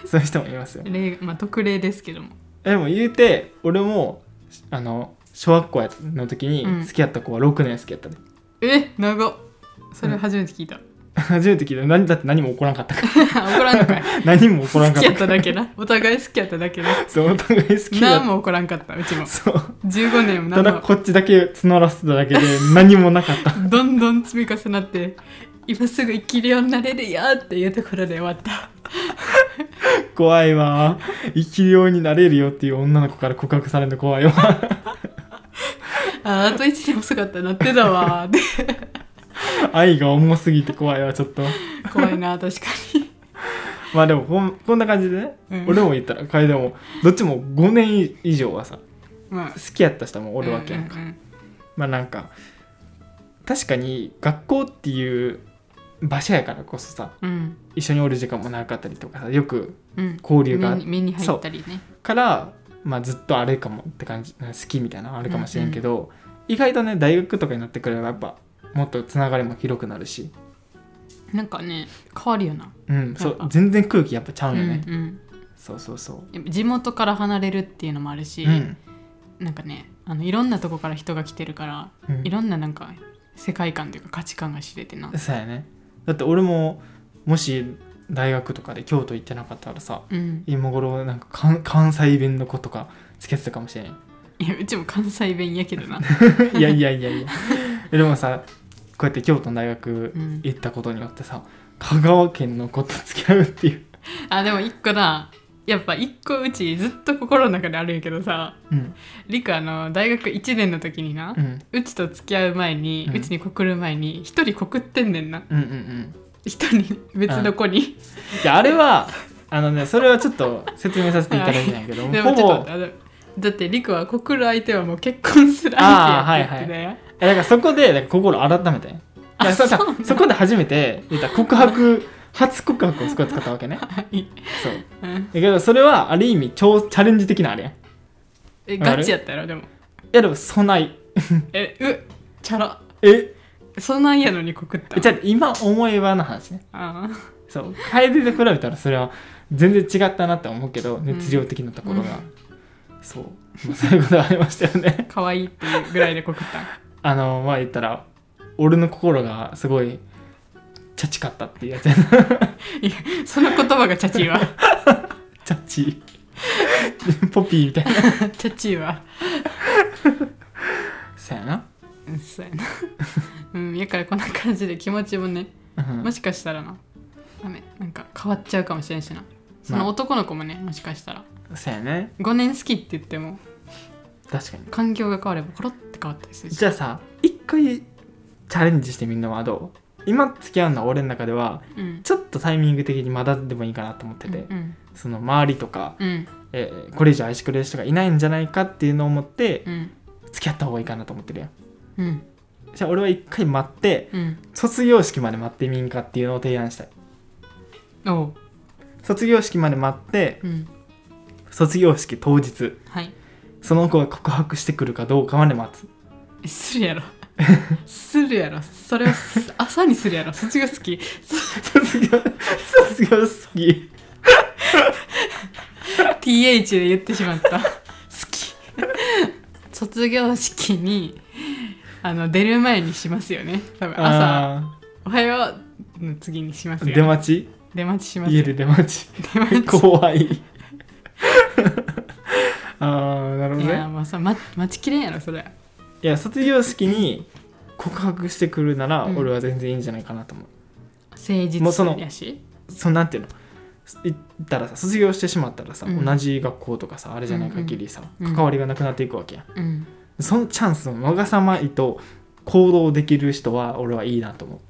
Speaker 1: そういう人もいますよ
Speaker 2: 例まあ特例ですけども
Speaker 1: でも言うて俺もあの小学校の時
Speaker 2: うん
Speaker 1: に付き合った子は6年付き合ったで、
Speaker 2: え長っそれ初めて聞いた、
Speaker 1: 初めて聞いた何だって何も起こらんかったから
Speaker 2: 怒らんの かい
Speaker 1: 何も起こらん
Speaker 2: 好
Speaker 1: かっ
Speaker 2: き
Speaker 1: た
Speaker 2: やっ
Speaker 1: か
Speaker 2: ただけなお互い好きやっただけで
Speaker 1: らそうお互 い好きだ
Speaker 2: 何も起こらんかったうちも
Speaker 1: そう
Speaker 2: 15年も
Speaker 1: た
Speaker 2: 何
Speaker 1: だ
Speaker 2: も
Speaker 1: こっちだけ募らせただけで何もなかった
Speaker 2: どんどん積み重なって今すぐ生きるようになれるよっていうところで終わった
Speaker 1: 怖い わ生きるようになれるよっていう女の子から告白されるの怖い わ
Speaker 2: あーあと1年遅かったなってたわ ーって
Speaker 1: 愛が重すぎて怖いわちょっと
Speaker 2: 怖いな確かに
Speaker 1: まあでもこんこんな感じでね、
Speaker 2: うん
Speaker 1: 俺も言ったら楓もどっちも5年以上はさ
Speaker 2: まあ
Speaker 1: 好きやった人もおるわけやんか、
Speaker 2: うんうん
Speaker 1: まあなんか確かに学校っていう場所やからこそさ
Speaker 2: うん
Speaker 1: 一緒におる時間も長かったりとかさよく
Speaker 2: うん
Speaker 1: 交流があ
Speaker 2: 目に目に入ったりね
Speaker 1: から、まあ、ずっとあれかもって感じ好きみたいなのあるかもしれんけど、意外とね大学とかになってくればやっぱもっとつながりも広くなるし、
Speaker 2: なんかね変わるよな
Speaker 1: うん、そ
Speaker 2: やっぱ
Speaker 1: う全然空気やっぱちゃうよね、
Speaker 2: うんうん
Speaker 1: そうそうそう、
Speaker 2: やっぱ地元から離れるっていうのもあるし、
Speaker 1: うん
Speaker 2: なんかねあのいろんなとこから人が来てるから
Speaker 1: うん
Speaker 2: いろんななんか世界観というか価値観が知れてな
Speaker 1: そうやねだって俺ももし大学とかで京都行ってなかったらさ
Speaker 2: うん
Speaker 1: 今頃なんか関関西弁の子とか付き合ってたかもし れん
Speaker 2: いやうちも関西弁やけ どな、
Speaker 1: いやいやいやいやでもさこうやって京都の大学
Speaker 2: うん、
Speaker 1: 行ったことによってさ香川県の子と付き合うっていう、
Speaker 2: あでも一個なやっぱ一個うちずっと心の中であるんやけどさ
Speaker 1: うん
Speaker 2: りくあの大学1年の時にな、
Speaker 1: うん、うん
Speaker 2: うちと付き合う前に、
Speaker 1: う
Speaker 2: うんちに告る前に一人告ってんねんな
Speaker 1: うんうん
Speaker 2: 一人別の子に、
Speaker 1: いやあれはあのねそれはちょっと説明させていただきたいんやけど
Speaker 2: で
Speaker 1: ほ
Speaker 2: もちょっ
Speaker 1: ぼ
Speaker 2: と待ってあのだってりくは告る相手はもう結婚する相手やって言ってたよ
Speaker 1: えだからそこでだから心改めていやそうそうそこで初めて言ったら告白初告白をそこで使ったわけね
Speaker 2: はい
Speaker 1: そうだ
Speaker 2: うん
Speaker 1: けどそれはある意味超チャレンジ的なあれやんい
Speaker 2: えガチやったやろでも
Speaker 1: やでも備え
Speaker 2: えうチャラ
Speaker 1: え
Speaker 2: そんなんやのに告った
Speaker 1: じゃあ今思えばの話ね
Speaker 2: あー
Speaker 1: そう楓と比べたらそれは全然違ったなって思うけど
Speaker 2: ん
Speaker 1: 熱量的なところが、そう、まあ、そういうことがありましたよね
Speaker 2: 可愛いっていうぐらいで告った
Speaker 1: あのまあ言ったら俺の心がすごいチャチかったっていうやつやな
Speaker 2: いやその言葉がチャチーは
Speaker 1: チャチ ポピーみたいな
Speaker 2: チャチーは
Speaker 1: そうやな
Speaker 2: うんそうやな うんやからこんな感じで気持ちもね
Speaker 1: うん
Speaker 2: もしかしたらなダメなんか変わっちゃうかもしれんしなそ
Speaker 1: ま
Speaker 2: の
Speaker 1: あ
Speaker 2: 男の子もねもしかしたら
Speaker 1: そうやね
Speaker 2: 5年好きって言っても
Speaker 1: 確かに
Speaker 2: 環境が変わればコロって変わったりするし
Speaker 1: じゃあさ一回チャレンジしてみるのはどう今付き合うのは俺の中では
Speaker 2: うん
Speaker 1: ちょっとタイミング的にまだでもいいかなと思ってて、
Speaker 2: うん
Speaker 1: その周りとか、
Speaker 2: うん
Speaker 1: えーこれ以上愛してくれる人がいないんじゃないかっていうのを思って
Speaker 2: うん
Speaker 1: 付き合った方がいいかなと思ってるやん
Speaker 2: うん
Speaker 1: じゃあ俺は一回待って
Speaker 2: うん
Speaker 1: 卒業式まで待ってみんかっていうのを提案したい
Speaker 2: うんおう
Speaker 1: 卒業式まで待って
Speaker 2: うん
Speaker 1: 卒業式当日
Speaker 2: はい
Speaker 1: その子が告白してくるかどうかまで待つ
Speaker 2: えする やろするやろそれをす朝にするやろ卒業式
Speaker 1: 卒業卒業式
Speaker 2: TH で言ってしまっ た好き卒業式にあの出る前にしますよね多分朝
Speaker 1: あ
Speaker 2: 「おはよう」の次にします
Speaker 1: ー
Speaker 2: よ
Speaker 1: 出待ち
Speaker 2: 出待ちします
Speaker 1: 家
Speaker 2: よ
Speaker 1: で出待ち
Speaker 2: 出待ち
Speaker 1: 怖い ああなるほ
Speaker 2: い
Speaker 1: ど
Speaker 2: や
Speaker 1: ね
Speaker 2: もうさ、ま、待ちきれんやろそれ
Speaker 1: いや卒業式に告白してくるなら
Speaker 2: うん
Speaker 1: 俺は全然いいんじゃないかなと思う、
Speaker 2: 誠
Speaker 1: もうその
Speaker 2: 実やし
Speaker 1: そのなんていうの言ったらさ卒業してしまったらさ、
Speaker 2: うん
Speaker 1: 同じ学校とかさあれじゃない限りさ、
Speaker 2: うん
Speaker 1: 関わりがなくなっていくわけやん
Speaker 2: うん
Speaker 1: そのチャンスを逃さまいと行動できる人は俺はいいなと思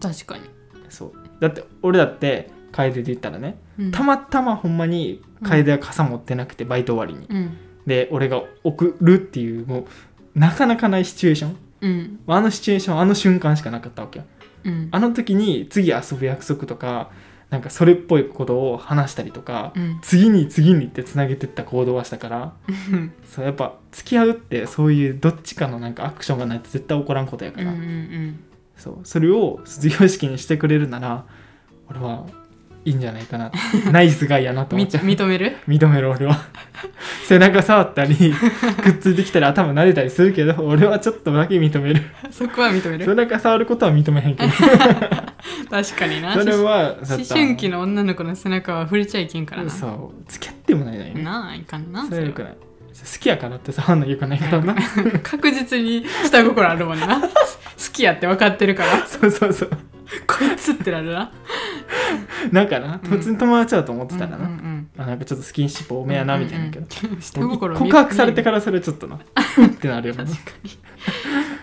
Speaker 2: 確かに、
Speaker 1: うそうだって俺だって楓で言ったらね
Speaker 2: うん、
Speaker 1: たまたまほんまに楓は傘持ってなくてバイト終わりに
Speaker 2: うん
Speaker 1: で俺が送るっていうもうなかなかないシチュエーション
Speaker 2: うん
Speaker 1: あのシチュエーションあの瞬間しかなかったわけよ
Speaker 2: うん
Speaker 1: あの時に次遊ぶ約束とかなんかそれっぽいことを話したりとか、
Speaker 2: うん
Speaker 1: 次に次にってつなげてった行動はしたから
Speaker 2: うん
Speaker 1: そうやっぱ付き合うってそういうどっちかのなんかアクションがないと絶対起こらんことやか
Speaker 2: うんう
Speaker 1: ら、
Speaker 2: ん
Speaker 1: そうそれを卒業式にしてくれるなら俺はいいんじゃないかな ナイスガイやなと
Speaker 2: み
Speaker 1: 思っちゃう
Speaker 2: 認める
Speaker 1: 認めろ俺は背中触ったり くっついてきたり頭撫でたりするけど俺はちょっとだけ認める
Speaker 2: そこは認め
Speaker 1: 背
Speaker 2: る
Speaker 1: 中触ることは認めへん けど
Speaker 2: 確かにな
Speaker 1: それは
Speaker 2: 思春期
Speaker 1: の
Speaker 2: の女の子の背中は触れちゃいけんからな
Speaker 1: そう付き合ってもないのよね
Speaker 2: なあいかんな
Speaker 1: そ
Speaker 2: そ
Speaker 1: れは
Speaker 2: れ
Speaker 1: よく
Speaker 2: は
Speaker 1: ない好きやからって触んのよくない からな
Speaker 2: 確実に下心あるもんな 好きやって分かってるから
Speaker 1: そうそうそう
Speaker 2: こいつってなるな
Speaker 1: なんかな
Speaker 2: うん
Speaker 1: 普通に友達だと思ってたらな、
Speaker 2: うんうんうん
Speaker 1: あなんかちょっとスキンシップ多めやなみたいなけど、
Speaker 2: うんうんうん下心見え
Speaker 1: 告白されてからそれちょっと なうんってなるよね
Speaker 2: 確かに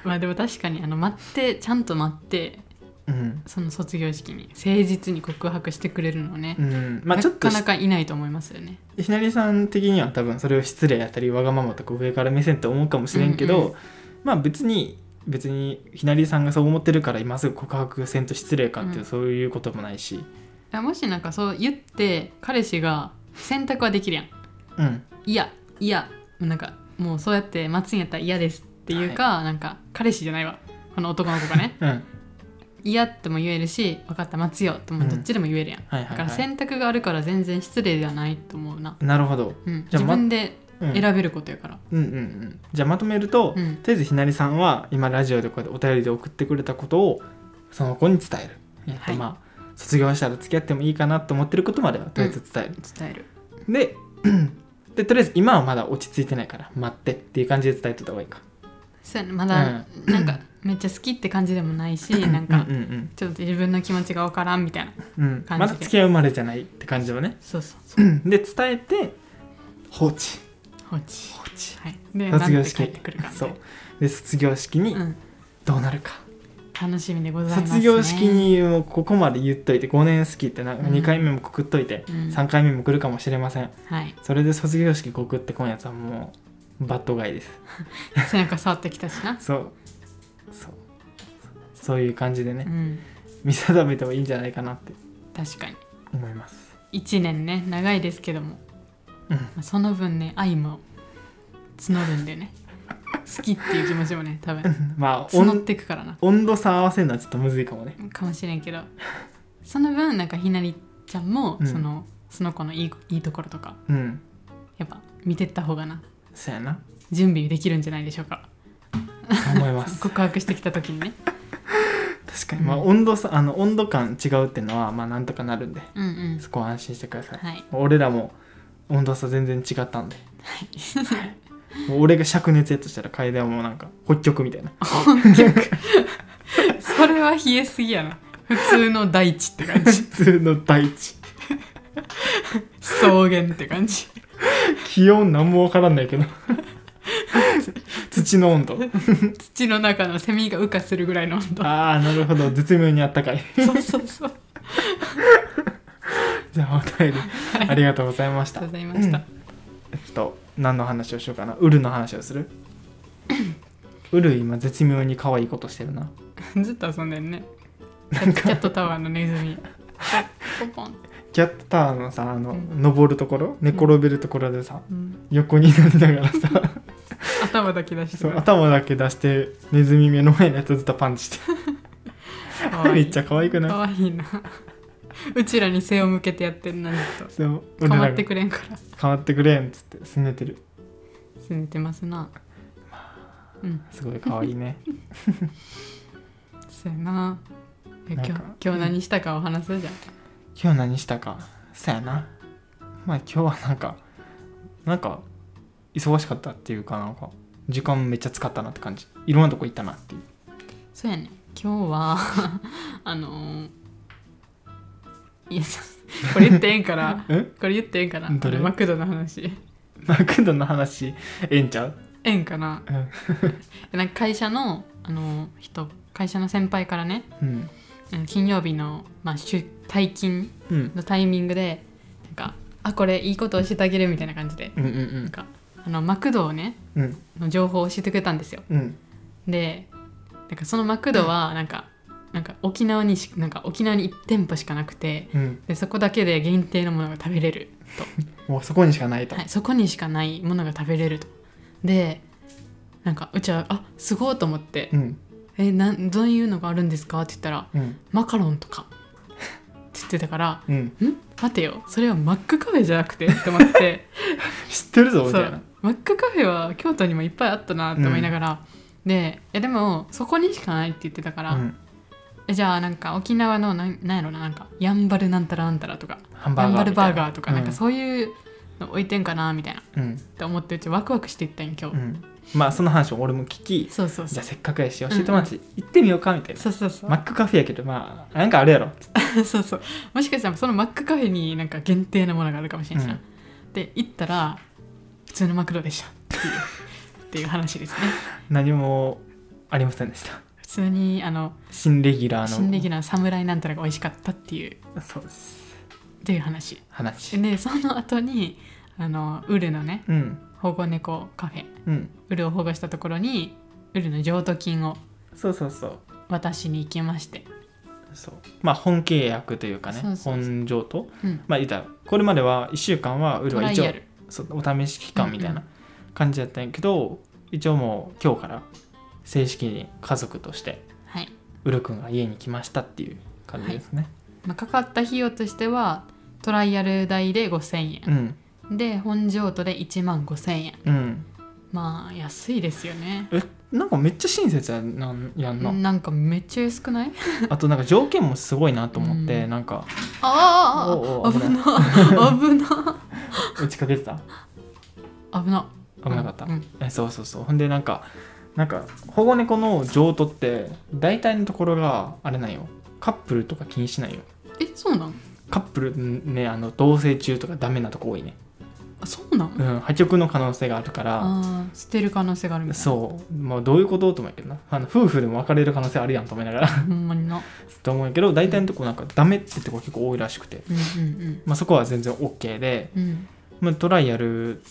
Speaker 2: まあでも確かにあの待ってちゃんと待って
Speaker 1: うん、
Speaker 2: その卒業式に誠実に告白してくれるのね、
Speaker 1: うん、まあちょっと
Speaker 2: なかなかいないと思いますよね
Speaker 1: ひなりさん的には多分それを失礼やったりわがままとか上から目線って思うかもしれんけど、
Speaker 2: うんうん
Speaker 1: まあ別に別にひなりさんがそう思ってるから今すぐ告白せんと失礼かっていう、
Speaker 2: うん
Speaker 1: そういうこともないし、
Speaker 2: あもしなんかそう言って彼氏が選択はできるやん
Speaker 1: うん、
Speaker 2: いやいやなんかもうそうやって待つんやったら嫌ですっていうか、なんか彼氏じゃないわこの男の子がね
Speaker 1: うん、はい
Speaker 2: 嫌っても言えるし分かった待つよっても
Speaker 1: うん
Speaker 2: どっちでも言えるやん、
Speaker 1: はい、
Speaker 2: だから
Speaker 1: は
Speaker 2: 選択があるから全然失礼ではないと思うな、
Speaker 1: い。なるほど。
Speaker 2: うん、
Speaker 1: じゃあ
Speaker 2: 自
Speaker 1: ま
Speaker 2: 分で
Speaker 1: うん、
Speaker 2: 選べることやから、
Speaker 1: うんうんうん。じゃあまとめると、
Speaker 2: うん
Speaker 1: とりあえずひなりさんは今ラジオでこうやってお便りで送ってくれたことをその子に伝える。えっと
Speaker 2: はい
Speaker 1: まあ卒業したら付き合ってもいいかなと思ってることまではとりあえず伝える。
Speaker 2: 伝える
Speaker 1: ででとりあえず今はまだ落ち着いてないから待ってっていう感じで伝えといた方がいいか。
Speaker 2: そうやねまだ、なんかめっちゃ好きって感じでもないしなんか
Speaker 1: うんうん
Speaker 2: ちょっと自分の気持ちが分からんみたいな
Speaker 1: うんうん、
Speaker 2: 感
Speaker 1: まだ
Speaker 2: じで
Speaker 1: 付き合うまでじゃないって感じをね。
Speaker 2: そうそうそう
Speaker 1: うんで伝えて放置
Speaker 2: 放置
Speaker 1: 放置
Speaker 2: はいで
Speaker 1: 卒業式
Speaker 2: なんて帰ってくるかみた
Speaker 1: そ
Speaker 2: いう
Speaker 1: で卒業式に
Speaker 2: な、うん、
Speaker 1: どうなるか。
Speaker 2: 楽しみでございます、ね、
Speaker 1: 卒業式にもうここまで言っといて5年好きってな
Speaker 2: うん
Speaker 1: 2回目も告っといて、
Speaker 2: うん
Speaker 1: 3回目も来るかもしれません
Speaker 2: はい
Speaker 1: それで卒業式告って今夜さんもうバッドガイです、
Speaker 2: 背中触ってきたしな
Speaker 1: そうそうそういう感じで
Speaker 2: う
Speaker 1: ね
Speaker 2: ん、
Speaker 1: 見定めてもいいんじゃないかなって
Speaker 2: 確かに
Speaker 1: 思います
Speaker 2: 1年ね長いですけども、
Speaker 1: うん
Speaker 2: まあその分ね愛も募る んでね好きっていう気持ちもね多分
Speaker 1: まあ
Speaker 2: 募っ
Speaker 1: 温
Speaker 2: てくからな
Speaker 1: 温度差合わせるのはちょっとむずいかもね
Speaker 2: かもしれんけどその分なんかひなりちゃんも
Speaker 1: うん
Speaker 2: その,、その子のいいいいところとか
Speaker 1: うん
Speaker 2: やっぱ見てった方がな
Speaker 1: そうやな
Speaker 2: 準備できるんじゃないでしょうか
Speaker 1: そう思います
Speaker 2: 告白してきた時にね
Speaker 1: 確かにまあ温度差あの温度感違うっていうのはまあなんとかなるんで
Speaker 2: うんうん
Speaker 1: そこは安心してください
Speaker 2: はい
Speaker 1: 俺らも温度差全然違ったんで、はいもう俺が灼熱やとしたら楓はもうなんか北極みたい な
Speaker 2: それは冷えすぎやな普通の大地って感じ
Speaker 1: 普通の大地
Speaker 2: 草原って感じ
Speaker 1: 気温何もわからんない けど土の温度
Speaker 2: 土の中のセミが羽化するぐらいの温度
Speaker 1: ああなるほど絶妙にあったかい
Speaker 2: そうそうそうあ
Speaker 1: じゃあお便りありがとうございまし
Speaker 2: りが
Speaker 1: た
Speaker 2: とうございました、
Speaker 1: えっと何の話をしようかなウルの話をす るウル今絶妙に可愛いことしてるな
Speaker 2: ずっと遊んでるねキ
Speaker 1: なん
Speaker 2: ャキャ
Speaker 1: か
Speaker 2: ットタワーのネズミポンポン、
Speaker 1: キャットタワーのさあの、
Speaker 2: うん
Speaker 1: 登るところ寝転べるところでさ
Speaker 2: うん
Speaker 1: 横になりながらさ
Speaker 2: 頭だけ出して
Speaker 1: そ
Speaker 2: る
Speaker 1: う頭だけ出してネズミ目の前のやつずっとパンチして
Speaker 2: かわい
Speaker 1: め
Speaker 2: い
Speaker 1: っちゃ可愛く
Speaker 2: か
Speaker 1: ない
Speaker 2: わいいなうちらに背を向けてやってるなずっ
Speaker 1: そう
Speaker 2: と
Speaker 1: 俺
Speaker 2: 構
Speaker 1: ら
Speaker 2: っ
Speaker 1: が
Speaker 2: てくれんから
Speaker 1: 変わってくれんっつってすねてる
Speaker 2: すねてますなうん
Speaker 1: すごい可愛いね
Speaker 2: そうやなえ
Speaker 1: なん
Speaker 2: 今
Speaker 1: か
Speaker 2: 日今日何したかお話すじゃん
Speaker 1: 今日何したかそやなまあ今日はなんかなんか忙しかったっていうかなんか時間めっちゃ使ったなって感じいろんなとこ行ったなっていう
Speaker 2: そうやね今日は あのー、いやそうこれ言ってええんから
Speaker 1: え
Speaker 2: これ言ってええんかな
Speaker 1: どれ
Speaker 2: あのマクドの話
Speaker 1: マクドの話ええんちゃう
Speaker 2: ええんかな
Speaker 1: うん
Speaker 2: なんか会社のあの人会社の先輩からね
Speaker 1: うん
Speaker 2: あの金曜日の、まあ、出退勤
Speaker 1: うん
Speaker 2: のタイミングでなんか「あこれいいことを教えてあげる」みたいな感じで
Speaker 1: うんうんう
Speaker 2: なん
Speaker 1: ん
Speaker 2: かあのマクドをね
Speaker 1: うん
Speaker 2: の情報を教えてくれたんですよ
Speaker 1: うん
Speaker 2: でなんかそのマクドはなんかなんか沖縄にしなんか沖縄に1店舗しかなくて
Speaker 1: うん
Speaker 2: でそこだけで限定のものが食べれる
Speaker 1: もうそこにしかないと、
Speaker 2: はい、そこにしかないものが食べれるとでなんかうちは「あすごい」と思って
Speaker 1: うん
Speaker 2: 「えなんどういうのがあるんですか?」って言ったら
Speaker 1: うん
Speaker 2: 「マカロンとか」って言ってたから
Speaker 1: うん
Speaker 2: 「ん待てよそれはマックカフェじゃなくて」って思って
Speaker 1: 知ってるぞ
Speaker 2: そ
Speaker 1: みたいな
Speaker 2: うマックカフェは京都にもいっぱいあったなって思いながら、でいやでもそこにしかないって言ってたから、
Speaker 1: うん、
Speaker 2: えじゃあなんか沖縄のなんなんやろななんかやんばるなんたらなんたらとか
Speaker 1: ハン
Speaker 2: や
Speaker 1: バー
Speaker 2: ん
Speaker 1: ガ
Speaker 2: ば
Speaker 1: ー
Speaker 2: る
Speaker 1: みた
Speaker 2: バ
Speaker 1: い
Speaker 2: ーガーとか、なんか
Speaker 1: うん
Speaker 2: そういうの置いてんかなみたいな。
Speaker 1: うん
Speaker 2: って思ってうちワクワクしていったんよ今日、
Speaker 1: うんまあその話を俺も聞き
Speaker 2: そうそう
Speaker 1: じ
Speaker 2: そ
Speaker 1: ゃ
Speaker 2: う
Speaker 1: あせっかくやし教えてもらって行ってみようかみたいな、
Speaker 2: そうそうそう、
Speaker 1: マックカフェやけどまあなんかあるやろつって、
Speaker 2: そうそうもしかしたらそのマックカフェになんか限定のものがあるかもしれないしな、で行ったら普通のマクドでしたっていうっていう 話ですね
Speaker 1: 何もありませんでした
Speaker 2: 普通にあの
Speaker 1: 新レギュラーの
Speaker 2: 新レギュラーの侍なんたらが美味しかったっていう
Speaker 1: そうです
Speaker 2: っていう話
Speaker 1: 話
Speaker 2: でその後にあのウルのね
Speaker 1: うん
Speaker 2: 保護猫カフェ
Speaker 1: うん
Speaker 2: ウルを保護したところにウルの譲渡金を
Speaker 1: そうそうそう
Speaker 2: 渡しに行きまして
Speaker 1: そうまあ本契約というかね
Speaker 2: そうそうそう
Speaker 1: 本譲渡
Speaker 2: うん
Speaker 1: まあ言ったらこれまでは1週間はウル
Speaker 2: ト
Speaker 1: は
Speaker 2: ラ
Speaker 1: 一
Speaker 2: イ
Speaker 1: 応
Speaker 2: アル
Speaker 1: そうお試し期間みたい
Speaker 2: うんう
Speaker 1: な感じだったんやけど、一応もう今日から正式に家族として
Speaker 2: はい
Speaker 1: ウル君が家に来ましたっていう感じですね、
Speaker 2: まあ、かかった費用としてはトライアル代で5000円、
Speaker 1: うん
Speaker 2: で本譲渡で1万5000円
Speaker 1: うん
Speaker 2: まあ安いですよね
Speaker 1: なんかめっちゃ親切やなんやんな、
Speaker 2: なんかめっちゃ安くない
Speaker 1: あとなんか条件もすごいなと思って、
Speaker 2: うん
Speaker 1: なんか
Speaker 2: あ
Speaker 1: おうお
Speaker 2: あ
Speaker 1: う
Speaker 2: 危な危な
Speaker 1: 打ちかけてた
Speaker 2: 危な
Speaker 1: 危なかった、
Speaker 2: うん
Speaker 1: えそうそうそうほんでなんかなんか保護猫の譲渡って大体のところがあれなんよカップルとか気にしないよ
Speaker 2: えそうなん
Speaker 1: カップルんねあの同棲中とかダメなとこ多いね
Speaker 2: あそうなん、
Speaker 1: うん破局の可能性があるから
Speaker 2: あー捨てる可能性があるみたいな
Speaker 1: そうまあどういうことと思うけどなあの夫婦でも別れる可能性あるやんと思いながら
Speaker 2: ほんまにな
Speaker 1: と思うけど大体のとこなんかダメってとこ結構多いらしくて、
Speaker 2: うんうん
Speaker 1: まあ、そこは全然 OK で、
Speaker 2: うんうん
Speaker 1: まあ、トライアル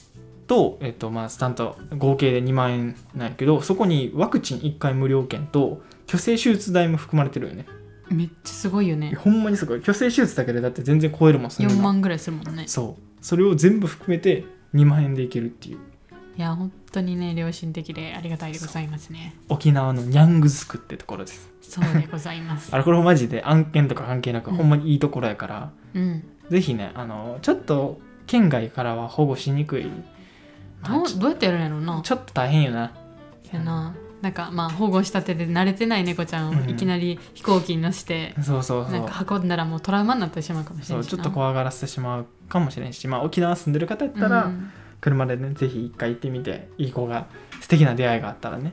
Speaker 1: と、えっと、まあスタント合計で2万円なんやけどそこにワクチン1回無料券と虚勢手術代も含まれてるよね
Speaker 2: めっちゃすごいよ
Speaker 1: いや
Speaker 2: ね
Speaker 1: ほんまにすごい虚勢手術だけでだって全然超えるもんそんな
Speaker 2: 4万ぐらいするもんね
Speaker 1: そうそれを全部含めて2万円でいけるっていう
Speaker 2: いや本当にね良心的でありがたいでございますね
Speaker 1: 沖縄のニャングズクってところです
Speaker 2: そうでございます
Speaker 1: あれこれマジで案件とか関係なく
Speaker 2: うん
Speaker 1: ほんまにいいところやから、
Speaker 2: うん
Speaker 1: ぜひねあのちょっと県外からは保護しにくい、まあ
Speaker 2: どう
Speaker 1: ち
Speaker 2: どうやってやるんやろうな
Speaker 1: ちょっと大変よな
Speaker 2: やななんかまあ保護したてで慣れてない猫ちゃん
Speaker 1: う
Speaker 2: を
Speaker 1: ん
Speaker 2: いきなり飛行機に乗せて、
Speaker 1: そうそうそう
Speaker 2: なんか運んだらもうトラウマになってしまうかもしれ
Speaker 1: そ
Speaker 2: な
Speaker 1: う
Speaker 2: いしな
Speaker 1: ちょっと怖がらせてしまうかもしれんし、まあ、沖縄住んでる方やったら、
Speaker 2: うん
Speaker 1: 車でねぜひ一回行ってみていい子が素敵な出会いがあったらね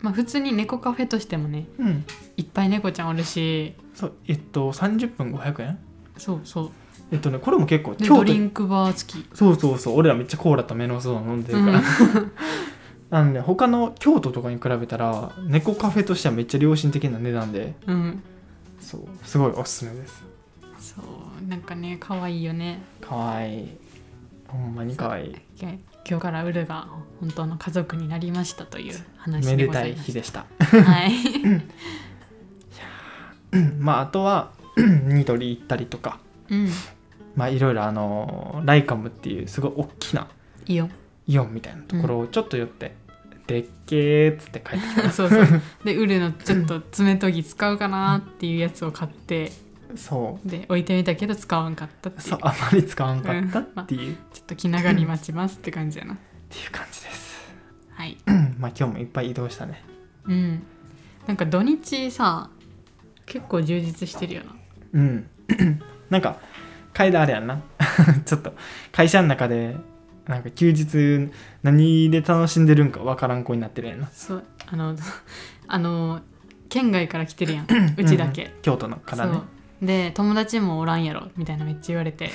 Speaker 2: まあ、普通に猫カフェとしてもね
Speaker 1: うん
Speaker 2: いっぱい猫ちゃんおるし
Speaker 1: そうえっと30分500円
Speaker 2: そうそう
Speaker 1: えっとねこれも結構
Speaker 2: で
Speaker 1: 京
Speaker 2: ド
Speaker 1: 都
Speaker 2: リンクバー付き
Speaker 1: そうそうそう俺らめっちゃコーラとメロンソーダ飲んでるから、
Speaker 2: うん
Speaker 1: あのね他の京都とかに比べたら猫カフェとしてはめっちゃ良心的な値段で
Speaker 2: うん
Speaker 1: そうすごいおすすめです
Speaker 2: そうなんかね可愛いよね
Speaker 1: かわいいほんまにかわいい
Speaker 2: け今日からウルが本当の家族になりましたという話
Speaker 1: め
Speaker 2: で
Speaker 1: で
Speaker 2: ござ
Speaker 1: た
Speaker 2: い
Speaker 1: い
Speaker 2: ま
Speaker 1: 日
Speaker 2: す
Speaker 1: でした
Speaker 2: はい
Speaker 1: まああとは ニトリ行ったりとか
Speaker 2: うん
Speaker 1: まあいろいろあのライカムっていうすごい大きない
Speaker 2: いよ
Speaker 1: イオンみたいなところをちょっと寄って、でっけーっつって帰ってきた
Speaker 2: そうそうでウルのちょっと爪研ぎ使うかなっていうやつを買って
Speaker 1: そ
Speaker 2: で置いてみたけど使わんかったって
Speaker 1: う
Speaker 2: いう
Speaker 1: そうあまり使わんかったっていう、っ
Speaker 2: ちょっと気長に待ちますって感じやな
Speaker 1: ていう感じです
Speaker 2: はい
Speaker 1: まあ今日もいっぱい移動したね
Speaker 2: うんなんか土日さ結構充実してるよな
Speaker 1: うん なんか階段あれやんな ちょっと会社の中でなんか休日何で楽しんでるんかわからん子になってるやんな
Speaker 2: そうあの あの県外から来てるやんうちだけ、
Speaker 1: んん京都のから
Speaker 2: そ
Speaker 1: ね
Speaker 2: うで友達もおらんやろみたいなめっちゃ言わ れて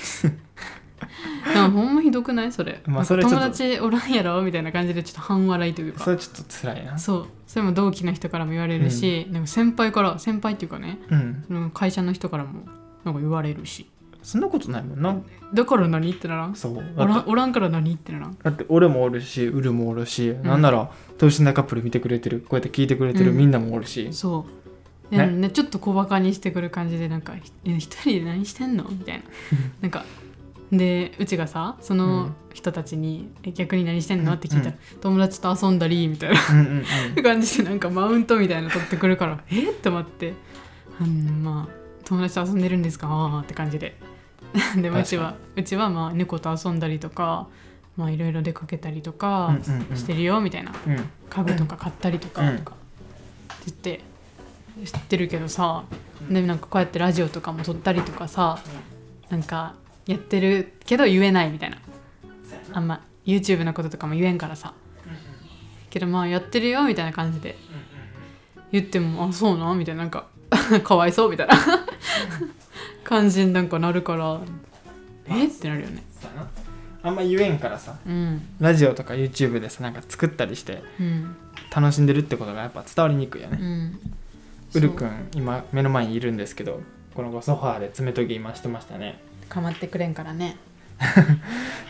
Speaker 2: でもほんまひどくないそれ,、
Speaker 1: まあそれはちょっと
Speaker 2: 友達おらんやろみたいな感じでちょっと半笑いという
Speaker 1: そ
Speaker 2: か
Speaker 1: れはちょっと辛いな
Speaker 2: そうそれも同期の人からも言われるし、なんか先輩から先輩っていうかね
Speaker 1: うん
Speaker 2: その会社の人からもなんか言われるし
Speaker 1: そんなことないもんな
Speaker 2: だから何ってならん
Speaker 1: そう
Speaker 2: お
Speaker 1: だ
Speaker 2: ら
Speaker 1: っ
Speaker 2: ん
Speaker 1: て
Speaker 2: おらんから何ってならん
Speaker 1: だって俺もおるしウルもおるし、なんなら等身大カップル見てくれてるこうやって聞いてくれてる、
Speaker 2: うん
Speaker 1: みんなもおるし
Speaker 2: そう
Speaker 1: ね
Speaker 2: ねねちょっと小バカにしてくる感じでなんかひ「え一人で何してんの?」みたい ななんかでうちがさその人たちに「え逆に何してんの?」って聞いたら「友達と遊んだり」みたいな
Speaker 1: うんうんうん
Speaker 2: って感じでなんかマウントみたいなの取ってくるから「 えっ?」て思って、うん、まあ友達と遊んでるんですかあーって感じででもうちはうちはまあ猫と遊んだりとかまあいろいろ出かけたりと
Speaker 1: うん
Speaker 2: か
Speaker 1: うんうん
Speaker 2: してるよみたいな、
Speaker 1: うん
Speaker 2: 家具とか買ったりとか
Speaker 1: うん
Speaker 2: とかって言って知ってるけどさでなんかこうやってラジオとかも撮ったりとかさなんかやってるけど言えないみたいなあんま YouTube のこととかも言えんからさけどまあやってるよみたいな感じで言ってもあそうなみたいななんか かわいそうみたいな感じになんかなるからえってなるよね
Speaker 1: そうやなあんま言えんからさ
Speaker 2: うん
Speaker 1: ラジオとか YouTube でさなんか作ったりして
Speaker 2: うん
Speaker 1: 楽しんでるってことがやっぱ伝わりにくいよ
Speaker 2: う
Speaker 1: ね、
Speaker 2: ん
Speaker 1: うるくん今目の前にいるんですけどこの子ソファーで爪研ぎ今してましたね
Speaker 2: そうかまってくれんからね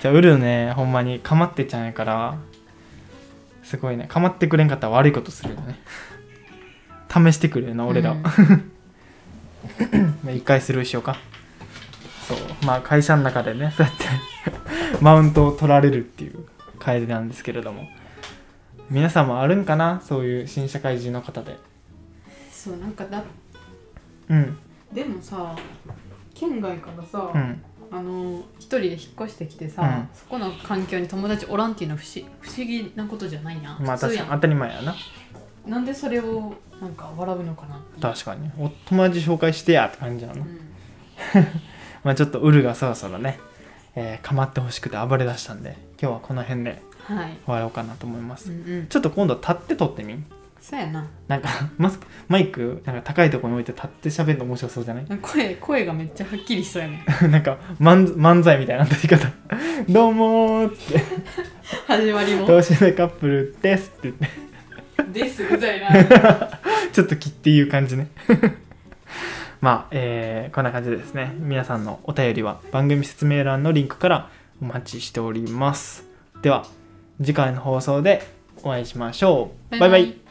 Speaker 1: じゃあウルねほんまにかまってちゃんやからすごいねかまってくれんかったら悪いことするよね試してくるよな俺らを、
Speaker 2: うん
Speaker 1: まあ一回スルーしようかそうまあ会社の中でね そうやって マウントを取られるっていう楓なんですけれども皆さんもあるんかなそういう新社会人の方で
Speaker 2: そうなんかだ
Speaker 1: うん
Speaker 2: でもさ県外からさ、
Speaker 1: うん
Speaker 2: あの一人で引っ越してきてさ、
Speaker 1: うん
Speaker 2: そこの環境に友達おらんっていうのは不思不思議なことじゃないやん、
Speaker 1: まあ
Speaker 2: 普
Speaker 1: 確
Speaker 2: 通
Speaker 1: か
Speaker 2: や
Speaker 1: に
Speaker 2: ん
Speaker 1: 当たり前やな
Speaker 2: なんでそれをなんか笑うのかなっていう
Speaker 1: 確かにお友達紹介してやって感じやな
Speaker 2: うん
Speaker 1: まあちょっとウルがそろそろね、えー、かまってほしくて暴れ出したんで今日はこの辺で
Speaker 2: はい、
Speaker 1: 終わろうかなと思います、
Speaker 2: うんうん、
Speaker 1: ちょっと今度立って撮ってみん
Speaker 2: そうやな
Speaker 1: なんかマスクマイクなんか高いところに置いて立って喋るの面白そうじゃない
Speaker 2: 声声がめっちゃはっきりしそうやね
Speaker 1: なんか漫漫才みたいな撮り方 どうもーって
Speaker 2: 始まりも
Speaker 1: 等身大カップルですって 言って
Speaker 2: ですうざいな
Speaker 1: ちょっと切っていう感じね まあ、えーこんな感じでですね皆さんのお便りは番組説明欄のリンクからお待ちしておりますでは次回の放送でお会いしましょうバイバイ